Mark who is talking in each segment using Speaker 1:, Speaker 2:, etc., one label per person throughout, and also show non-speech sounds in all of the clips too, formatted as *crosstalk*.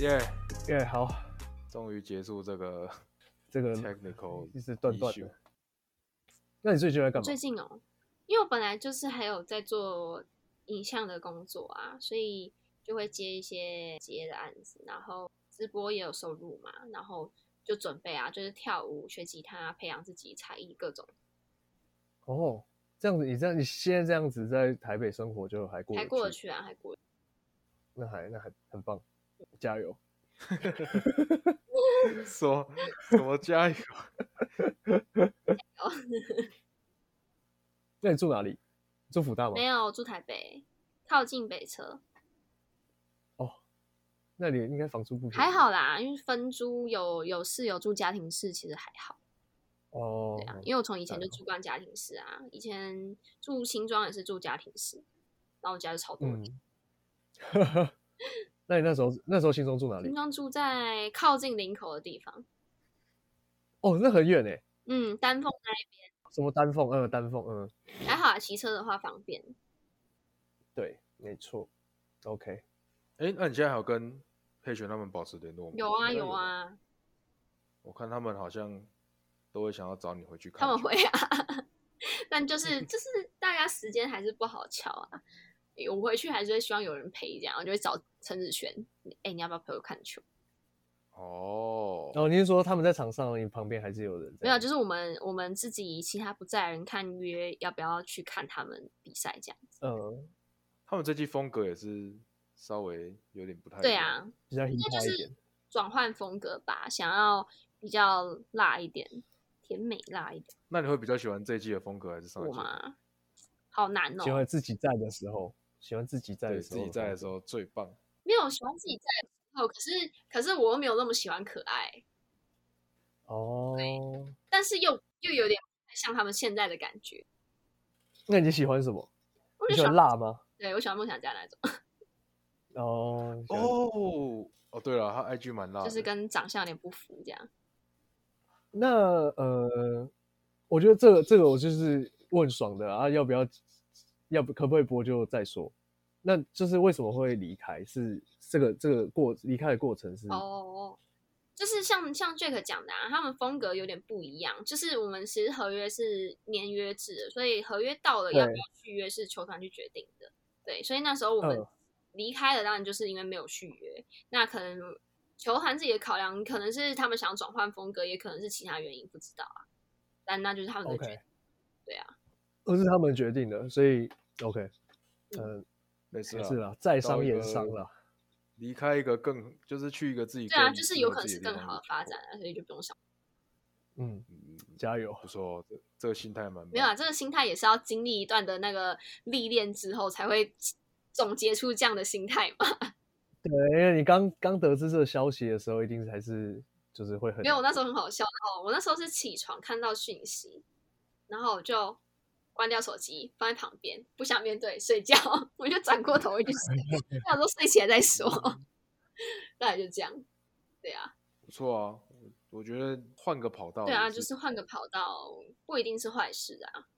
Speaker 1: 耶、
Speaker 2: 耶、好，
Speaker 1: 终于结束这
Speaker 2: *laughs*
Speaker 1: 个
Speaker 2: 这个
Speaker 1: technical
Speaker 2: 一直断断
Speaker 1: issue
Speaker 2: 的。那你最近在干嘛
Speaker 3: 最？近哦，因为我本来就是还有在做影像的工作啊，所以就会接一些接的案子，然后直播也有收入嘛，然后就准备啊，就是跳舞、学吉他、培养自己才艺各种，
Speaker 2: 哦，这样子，你这样，你现在这样子在台北生活就还过
Speaker 3: 还
Speaker 2: 得
Speaker 3: 过得
Speaker 2: 去，
Speaker 3: 去啊，还过得去。
Speaker 2: 那还那还很棒，加油！
Speaker 1: 说什么加油？
Speaker 2: *laughs* 那你住哪里？住福大吗
Speaker 3: 没？有住台北，靠近北车，
Speaker 2: 那里应该房租不便宜
Speaker 3: 还好啦，因为分租有有室友住家庭室，其实还好。
Speaker 2: 哦
Speaker 3: 对。啊，因为我从以前就
Speaker 2: 当然
Speaker 3: 住惯家庭式啊，以前住新庄也是住家庭式，然后我家就超多人。
Speaker 2: 嗯， *laughs* 那你那时候那时候新中住哪里
Speaker 3: 新？庄住在靠近林口的地方，
Speaker 2: 哦，那很远哎，
Speaker 3: 嗯，丹凤
Speaker 2: 什么丹凤，嗯，丹凤，嗯，
Speaker 3: 那还好啊，骑车的话方便。
Speaker 2: 对，没错。OK，
Speaker 1: 哎、那你现在还有跟佩璇他们保持联络吗？
Speaker 3: 有啊
Speaker 1: 应该
Speaker 3: 有
Speaker 1: 吧。
Speaker 3: 啊，
Speaker 1: 我看他们好像都会想要找你回去看球。
Speaker 3: 他们会啊， *laughs* 但就是就是大家时间还是不好瞧啊。我回去还是会希望有人陪，这样我就会找陈子璇，哎、你要不要陪我看球？
Speaker 1: 哦，
Speaker 2: 然后你是说他们在场上，你旁边还是有人？
Speaker 3: 没有，就是是我们我们自己其他不在的人看约要不要去看他们比赛这样子。
Speaker 2: 嗯，
Speaker 1: 他们这季风格也是稍微有点不太一
Speaker 3: 对
Speaker 1: 样
Speaker 3: 啊，
Speaker 2: 比较 h
Speaker 3: 那
Speaker 2: 一点
Speaker 3: 就是。转换风格吧，想要比较辣一点，甜美辣一点，
Speaker 1: 那你会比较喜欢这一季的风格还是上一
Speaker 3: 我
Speaker 1: 季的？
Speaker 3: 嘛，好难
Speaker 2: 喜
Speaker 3: 哦。
Speaker 2: 欢自己在的时候，喜欢自己在
Speaker 1: 对
Speaker 2: 的时
Speaker 1: 自
Speaker 2: 候，
Speaker 1: 己在的时候最棒。哦
Speaker 3: 没有喜欢自己在的时候，可是可是我又没有那么喜欢可爱，
Speaker 2: 哦。
Speaker 3: 但是又又有点不太像他们现在的感觉。
Speaker 2: 那你喜欢什么？
Speaker 3: 我
Speaker 2: 你喜
Speaker 3: 就喜
Speaker 2: 欢
Speaker 3: 欢，
Speaker 2: 辣吗？
Speaker 3: 对我喜欢梦想家那种，
Speaker 2: 哦，你喜欢，
Speaker 1: 哦哦，对了，他 IG 蛮辣的，
Speaker 3: 就是跟长相有点不符这样。
Speaker 2: 那呃，我觉得这个这个我就是问爽的啊，要不要，要不可不可以播就再说。那就是为什么会离开？是这个这个过离开的过程是
Speaker 3: 哦，就是像像 Jack 讲的、啊，他们风格有点不一样。就是我们其实合约是年约制的，所以合约到了要不
Speaker 2: 对
Speaker 3: 要续约是球团去决定的。对，所以那时候我们
Speaker 2: 嗯
Speaker 3: 离开了，当然就是因为没有续约。那可能球团自己的考量，可能是他们想转换风格，也可能是其他原因，不知道啊。但那就是他们的决
Speaker 2: OK，
Speaker 3: 定。对啊，
Speaker 2: 都哦是他们决定的，所以 OK，呃，
Speaker 1: 类似
Speaker 2: 也
Speaker 1: 啦
Speaker 2: 是啦，在
Speaker 1: 到
Speaker 2: 商
Speaker 1: 一
Speaker 2: 言
Speaker 1: 个
Speaker 2: 商啦。
Speaker 1: 离开一个更就是去一个自己
Speaker 3: 对啊，
Speaker 1: 更
Speaker 3: 就是
Speaker 1: 适
Speaker 3: 有
Speaker 1: 合
Speaker 3: 可能
Speaker 1: 自己
Speaker 3: 是更
Speaker 1: 地方
Speaker 3: 好的
Speaker 1: 去
Speaker 3: 发展啊，所以就不用想。
Speaker 2: 嗯，
Speaker 1: 嗯，
Speaker 2: 加油。
Speaker 1: 不错哦，这这个心态蛮
Speaker 3: 没有啊，
Speaker 1: 棒
Speaker 3: 这个心态也是要经历一段的那个历练之后，才会总结出这样的心态嘛。
Speaker 2: 对，因为你刚刚得知这个消息的时候，一定还是就是会很
Speaker 3: 没有，我那时候很好笑哦，我那时候是起床看到讯息，然后我就关掉手机，放在旁边，不想面对，睡觉，我就转过头我就睡，我想说睡起来再说， *laughs* 大概就这样。对啊，
Speaker 1: 不错啊，我我觉得换个跑道，
Speaker 3: 对啊，就是，换个跑道不一定是坏事啊。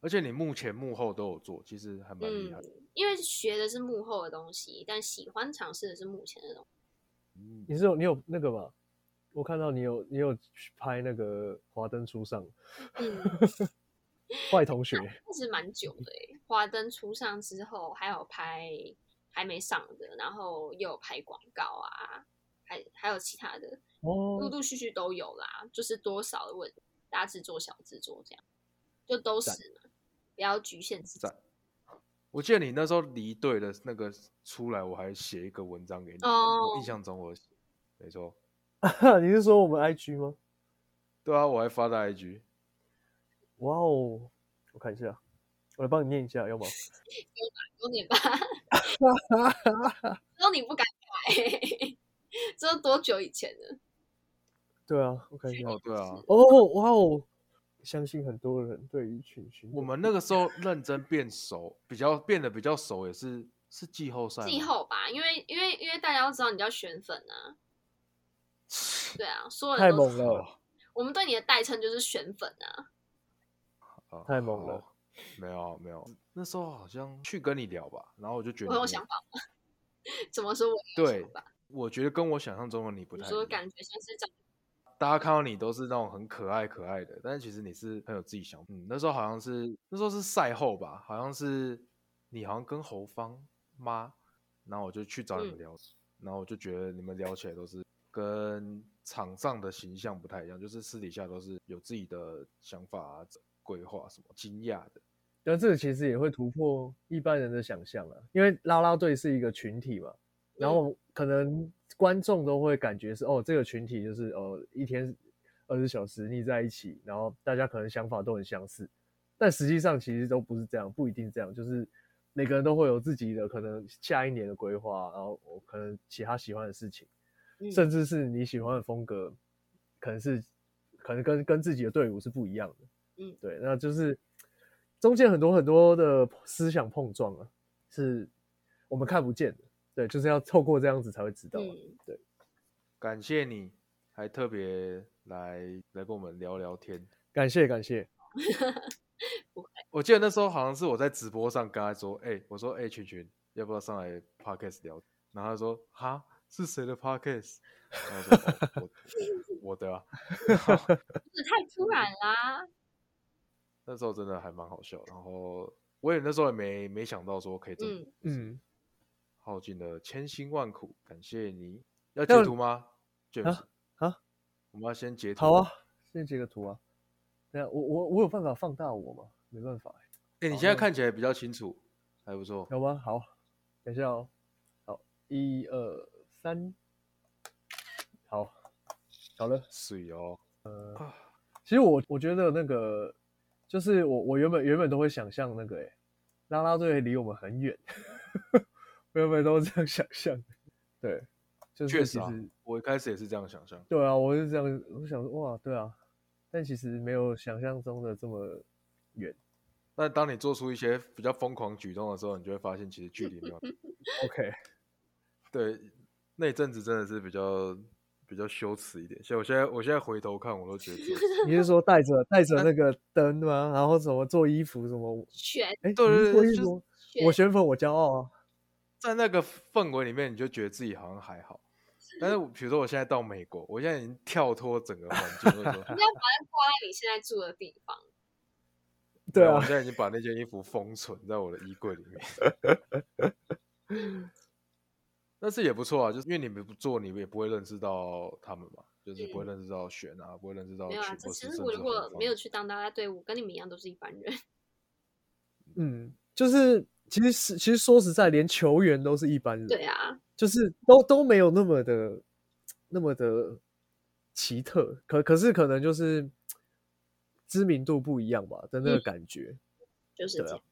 Speaker 1: 而且你幕前幕后都有做，其实还蛮厉害的。
Speaker 3: 嗯，因为学的是幕后的东西，但喜欢尝试的是目前的东西。
Speaker 1: 嗯，
Speaker 2: 你是有你有那个吗？我看到你有你有去拍那个《华灯初上》
Speaker 3: 嗯。
Speaker 2: *laughs* 坏同
Speaker 3: *laughs*
Speaker 2: 学，
Speaker 3: 其实蛮久的欸华灯初上之后，还有拍还没上的，然后又有拍广告啊，还还有其他的，陆
Speaker 2: 哦，
Speaker 3: 陆续续都有啦。就是多少的问大制作、小制作这样，就都是嘛，不要局限自己
Speaker 1: 赞。我记得你那时候离队的那个出来，我还写一个文章给你，
Speaker 3: 哦
Speaker 1: 我印象中我写没错，
Speaker 3: 嗯
Speaker 2: 你是说我们 IG 吗？
Speaker 1: 对啊，我还发在 IG，
Speaker 2: 哇哦，我看一下，我来帮你念一下，要吗？
Speaker 3: 有点吧。之后你不敢改、 *laughs* 欸，这都多久以前了？
Speaker 2: 对啊，我看一下。
Speaker 1: 哦，对啊，
Speaker 2: 哦，哇哦，相信很多人对于群群
Speaker 1: 我们那个时候认真变熟，比较变得比较熟，也是是季后赛吗，
Speaker 3: 季后吧，因为因为因为大家都知道你叫选粉啊，对啊，所有人
Speaker 2: 太
Speaker 3: 都
Speaker 2: 猛
Speaker 3: 知道
Speaker 2: 了，
Speaker 3: 我们对你的代称就是选粉啊，
Speaker 1: 啊
Speaker 2: 太猛了。
Speaker 1: 好没有没有，那时候好像去跟你聊吧，然后我就觉得
Speaker 3: 我有
Speaker 1: 你
Speaker 3: 想法吗？怎么说我有
Speaker 1: 对
Speaker 3: 想法？
Speaker 1: 我觉得跟我想象中的你不
Speaker 3: 你
Speaker 1: 太
Speaker 3: 说
Speaker 1: 一
Speaker 3: 感
Speaker 1: 样。
Speaker 3: 觉像是长
Speaker 1: 大家看到你都是那种很可爱可爱的，但是其实你是很有自己想法。嗯，那时候好像是那时候是赛后吧，好像是你好像跟侯芳妈，然后我就去找你们
Speaker 3: 嗯
Speaker 1: 聊，然后我就觉得你们聊起来都是跟场上的形象不太一样，就是私底下都是有自己的想法啊、规划什么，惊讶的。
Speaker 2: 但这个其实也会突破一般人的想象啊，因为啦啦队是一个群体嘛，然后可能观众都会感觉是哦，这个群体就是哦一天二十小时腻在一起，然后大家可能想法都很相似，但实际上其实都不是这样，不一定这样，就是每个人都会有自己的可能下一年的规划，然后我可能其他喜欢的事情，
Speaker 3: 嗯
Speaker 2: 甚至是你喜欢的风格，可能是可能跟跟自己的队伍是不一样的。
Speaker 3: 嗯，
Speaker 2: 对，那就是中间很多很多的思想碰撞啊，是我们看不见的。对，就是要透过这样子才会知道啊、
Speaker 3: 嗯
Speaker 2: 对，
Speaker 1: 感谢你，还特别来来跟我们聊聊天。
Speaker 2: 感谢感谢。
Speaker 1: 我记得那时候好像是我在直播上跟他说：“哎、我说哎、群群，要不要上来 podcast 聊？”然后他说：“哈，是谁的 podcast？” 然后我说：“哦我我的啊。
Speaker 3: 这太突然啦，”
Speaker 1: 那时候真的还蛮好笑。然后我也那时候也没没想到说可以这么
Speaker 3: 嗯，
Speaker 2: 嗯，
Speaker 1: 耗尽了千辛万苦，感谢你。要
Speaker 2: 那
Speaker 1: 截图吗？James，
Speaker 2: 啊
Speaker 1: 我们要先截图。
Speaker 2: 好啊，，先截个图啊。那我我我有办法放大我吗？没办法欸、
Speaker 1: 哎、你
Speaker 2: 好
Speaker 1: 现在
Speaker 2: 那
Speaker 1: 看起来比较清楚，还不错。
Speaker 2: 有吗？好，等一下哦。好，一二三，好，好了。
Speaker 1: 水哦，
Speaker 2: 其实我我觉得那个就是我我原本原本都会想象那个诶、啦啦队离我们很远， *laughs* 我原本都是这样想象的。对，就是
Speaker 1: 确
Speaker 2: 其
Speaker 1: 实、啊
Speaker 2: 实，
Speaker 1: 我一开始也是这样想象。
Speaker 2: 对啊，我是这样，我想说哇，对啊，但其实没有想象中的这么远。
Speaker 1: 但当你做出一些比较疯狂举动的时候，你就会发现其实距离没有
Speaker 2: OK，
Speaker 1: *laughs* 对，那一阵子真的是比较比较羞耻一点。像我现在，我现在回头看，我都觉得自己
Speaker 2: 你是说带着带着那个灯吗？然后什么做衣服什么？
Speaker 3: 选
Speaker 2: 哎，
Speaker 1: 对
Speaker 2: 你是
Speaker 1: 对
Speaker 2: 做
Speaker 1: 对
Speaker 2: 衣
Speaker 1: 就是
Speaker 2: 服，我选粉我骄傲啊。
Speaker 1: 在那个氛围里面，你就觉得自己好像还好。但是我，比如说我现在到美国，我现在已经跳脱整个环境，我就说
Speaker 3: 应该把它挂在你现在住的地方，
Speaker 2: 对
Speaker 1: 没有
Speaker 2: 啊
Speaker 1: 我，现在已经把那件衣服封存在我的衣柜里面。
Speaker 3: *laughs*
Speaker 1: 但是也不错啊，就是因为你们不做，你们也不会认识到他们嘛，就是不会
Speaker 3: 嗯
Speaker 1: 认识到璇啊，不会认识到
Speaker 3: 没
Speaker 1: 曲
Speaker 3: 有啊，这
Speaker 1: 博
Speaker 3: 其
Speaker 1: 士，
Speaker 3: 实
Speaker 1: 甚
Speaker 3: 我
Speaker 1: 至
Speaker 3: 如
Speaker 1: 洪
Speaker 3: 果
Speaker 1: 芳
Speaker 3: 没有去当大家队伍，跟你们一样都是一般人，
Speaker 2: 嗯，就是其实是其实说实在，连球员都是一般人。
Speaker 3: *laughs* 对啊，
Speaker 2: 就是都都没有那么的那么的奇特，可可是可能就是知名度不一样吧的那个
Speaker 3: 嗯
Speaker 2: 感觉。
Speaker 3: 就是
Speaker 2: 对啊
Speaker 3: 这样，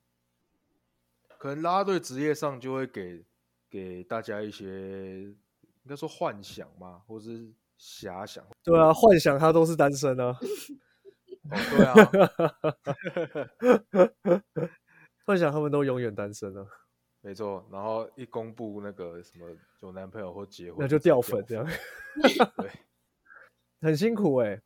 Speaker 1: 可能啦啦队职业上就会给给大家一些，应该说幻想嘛，或是
Speaker 3: *laughs*
Speaker 1: 遐想。哦，
Speaker 2: 对啊，幻想他都是单身啊，
Speaker 1: 对啊，
Speaker 2: 幻想他们都永远单身啊，
Speaker 1: 没错。然后一公布那个什么有男朋友或结婚，
Speaker 2: 那就掉粉这样，
Speaker 3: *laughs*
Speaker 1: 对，
Speaker 2: 很辛苦哎、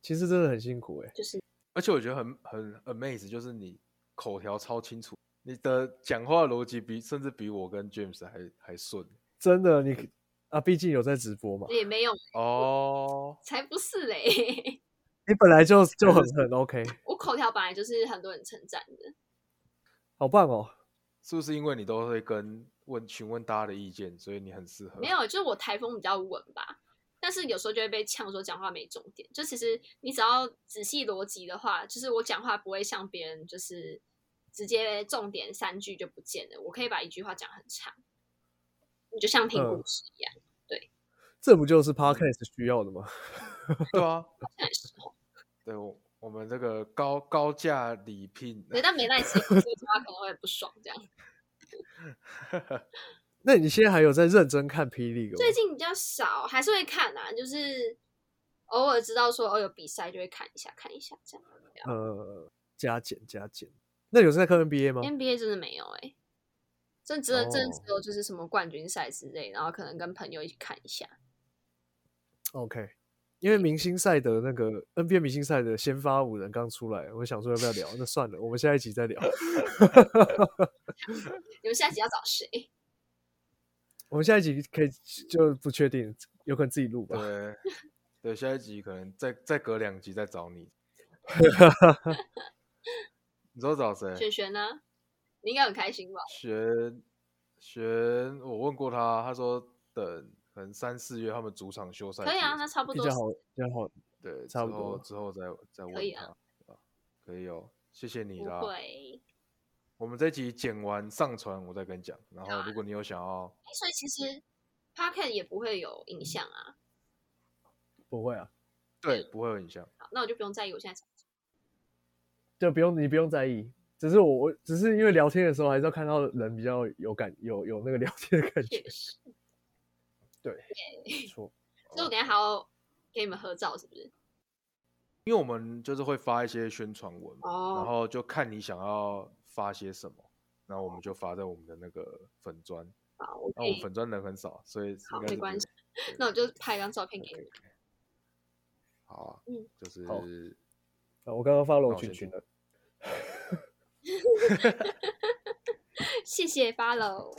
Speaker 2: 其实真的很辛苦哎、
Speaker 3: 就是
Speaker 1: 而且我觉得很很 amaze，就是你口条超清楚，你的讲话逻辑比甚至比我跟 James 还还顺
Speaker 2: 真的你啊，毕竟有在直播嘛，
Speaker 3: 也没有，
Speaker 1: *laughs* 哦。
Speaker 3: 才不是嘞， *laughs*
Speaker 2: 你本来就就很很 OK， *laughs*
Speaker 3: 我口条本来就是很多人称赞的，
Speaker 2: 好棒哦，
Speaker 1: 是不是因为你都会跟问询问大家的意见，所以你很适合？*laughs*
Speaker 3: 没有，就是我台风比较稳吧，但是有时候就会被呛说讲话没重点。就其实你只要仔细逻辑的话，就是我讲话不会像别人就是直接重点三句就不见了，我可以把一句话讲很长，你就像听故
Speaker 2: 嗯
Speaker 3: 事一样，
Speaker 2: 这不就是 Podcast 需要的吗？
Speaker 1: 对啊，
Speaker 3: 那也是哦。
Speaker 1: *laughs* 对我我们这个高高价礼聘，
Speaker 3: 对，但没耐心，所以他可能会不爽这样。
Speaker 2: 那你现在还有在认真看霹雳吗？
Speaker 3: 最近比较少，还是会看啊，就是偶尔知道说哦有比赛就会看一下看一下这样。
Speaker 2: 呃，加减加减。那有是在看 NBA 吗？
Speaker 3: NBA 真的没有哎、欸，真只有真的只
Speaker 1: 哦
Speaker 3: 有就是什么冠军赛之类，然后可能跟朋友一起看一下。
Speaker 2: OK，因为明星赛的那个 NBA 明星赛的先发五人刚出来，我想说要不要聊？那算了，我们下一集
Speaker 3: *laughs*
Speaker 2: 再聊。
Speaker 3: 你们下集要找谁？
Speaker 2: 我们下一集可以就不确定，有可能自己录吧。
Speaker 1: 对，对，下一集可能再再隔两集再找 *laughs* 你。你说找谁？
Speaker 3: 璇璇呢？你应该很开心吧？
Speaker 1: 璇璇，我问过他，他说等可能三四月他们主场休赛季
Speaker 3: 可
Speaker 1: 的时
Speaker 3: 以
Speaker 1: 候，
Speaker 3: 啊，那差不
Speaker 2: 比
Speaker 3: 多
Speaker 2: 较。好，比较好。
Speaker 1: 对，
Speaker 2: 差
Speaker 1: 之
Speaker 2: 不多
Speaker 1: 后之后再再问
Speaker 3: 可以
Speaker 1: 他，
Speaker 3: 啊
Speaker 1: 对吧可以哦，谢谢你
Speaker 3: 不
Speaker 1: 啦。
Speaker 3: 会，
Speaker 1: 我们这集剪完上传，我再跟你讲。然
Speaker 3: 好
Speaker 1: 后
Speaker 3: 啊
Speaker 1: 如果你有想要，
Speaker 3: 诶所以其实 p o c a s t 也不会有影响啊。
Speaker 2: 不会啊，
Speaker 1: 对，
Speaker 3: 嗯
Speaker 1: 不会有影响。
Speaker 3: 好，那我就不用在意我现在。
Speaker 2: 就不用你不用在意。只是我，我只是因为聊天的时候还是要看到人比较有感，有有那个聊天的感觉
Speaker 3: 确。实，
Speaker 2: 没错，
Speaker 3: 所以我等一下还要给你们合照，是不是？
Speaker 1: 因为我们就是会发一些宣传文嘛，然
Speaker 3: 哦，
Speaker 1: 后就看你想要发些什么，然后我们就发在我们的那个粉砖。
Speaker 3: 好，我
Speaker 1: 那
Speaker 3: 可
Speaker 1: 我们
Speaker 3: 以，
Speaker 1: 粉砖人很少，所以
Speaker 3: 好
Speaker 1: 应该是
Speaker 3: 没关
Speaker 1: 不
Speaker 3: 系
Speaker 1: 对
Speaker 3: 那我就拍张照片
Speaker 1: 可以
Speaker 3: 给
Speaker 1: 可以
Speaker 3: 你。
Speaker 1: 可以好啊，
Speaker 3: 嗯
Speaker 1: 就是
Speaker 2: 好啊我刚刚发了我群群了。
Speaker 3: 谢谢 follow。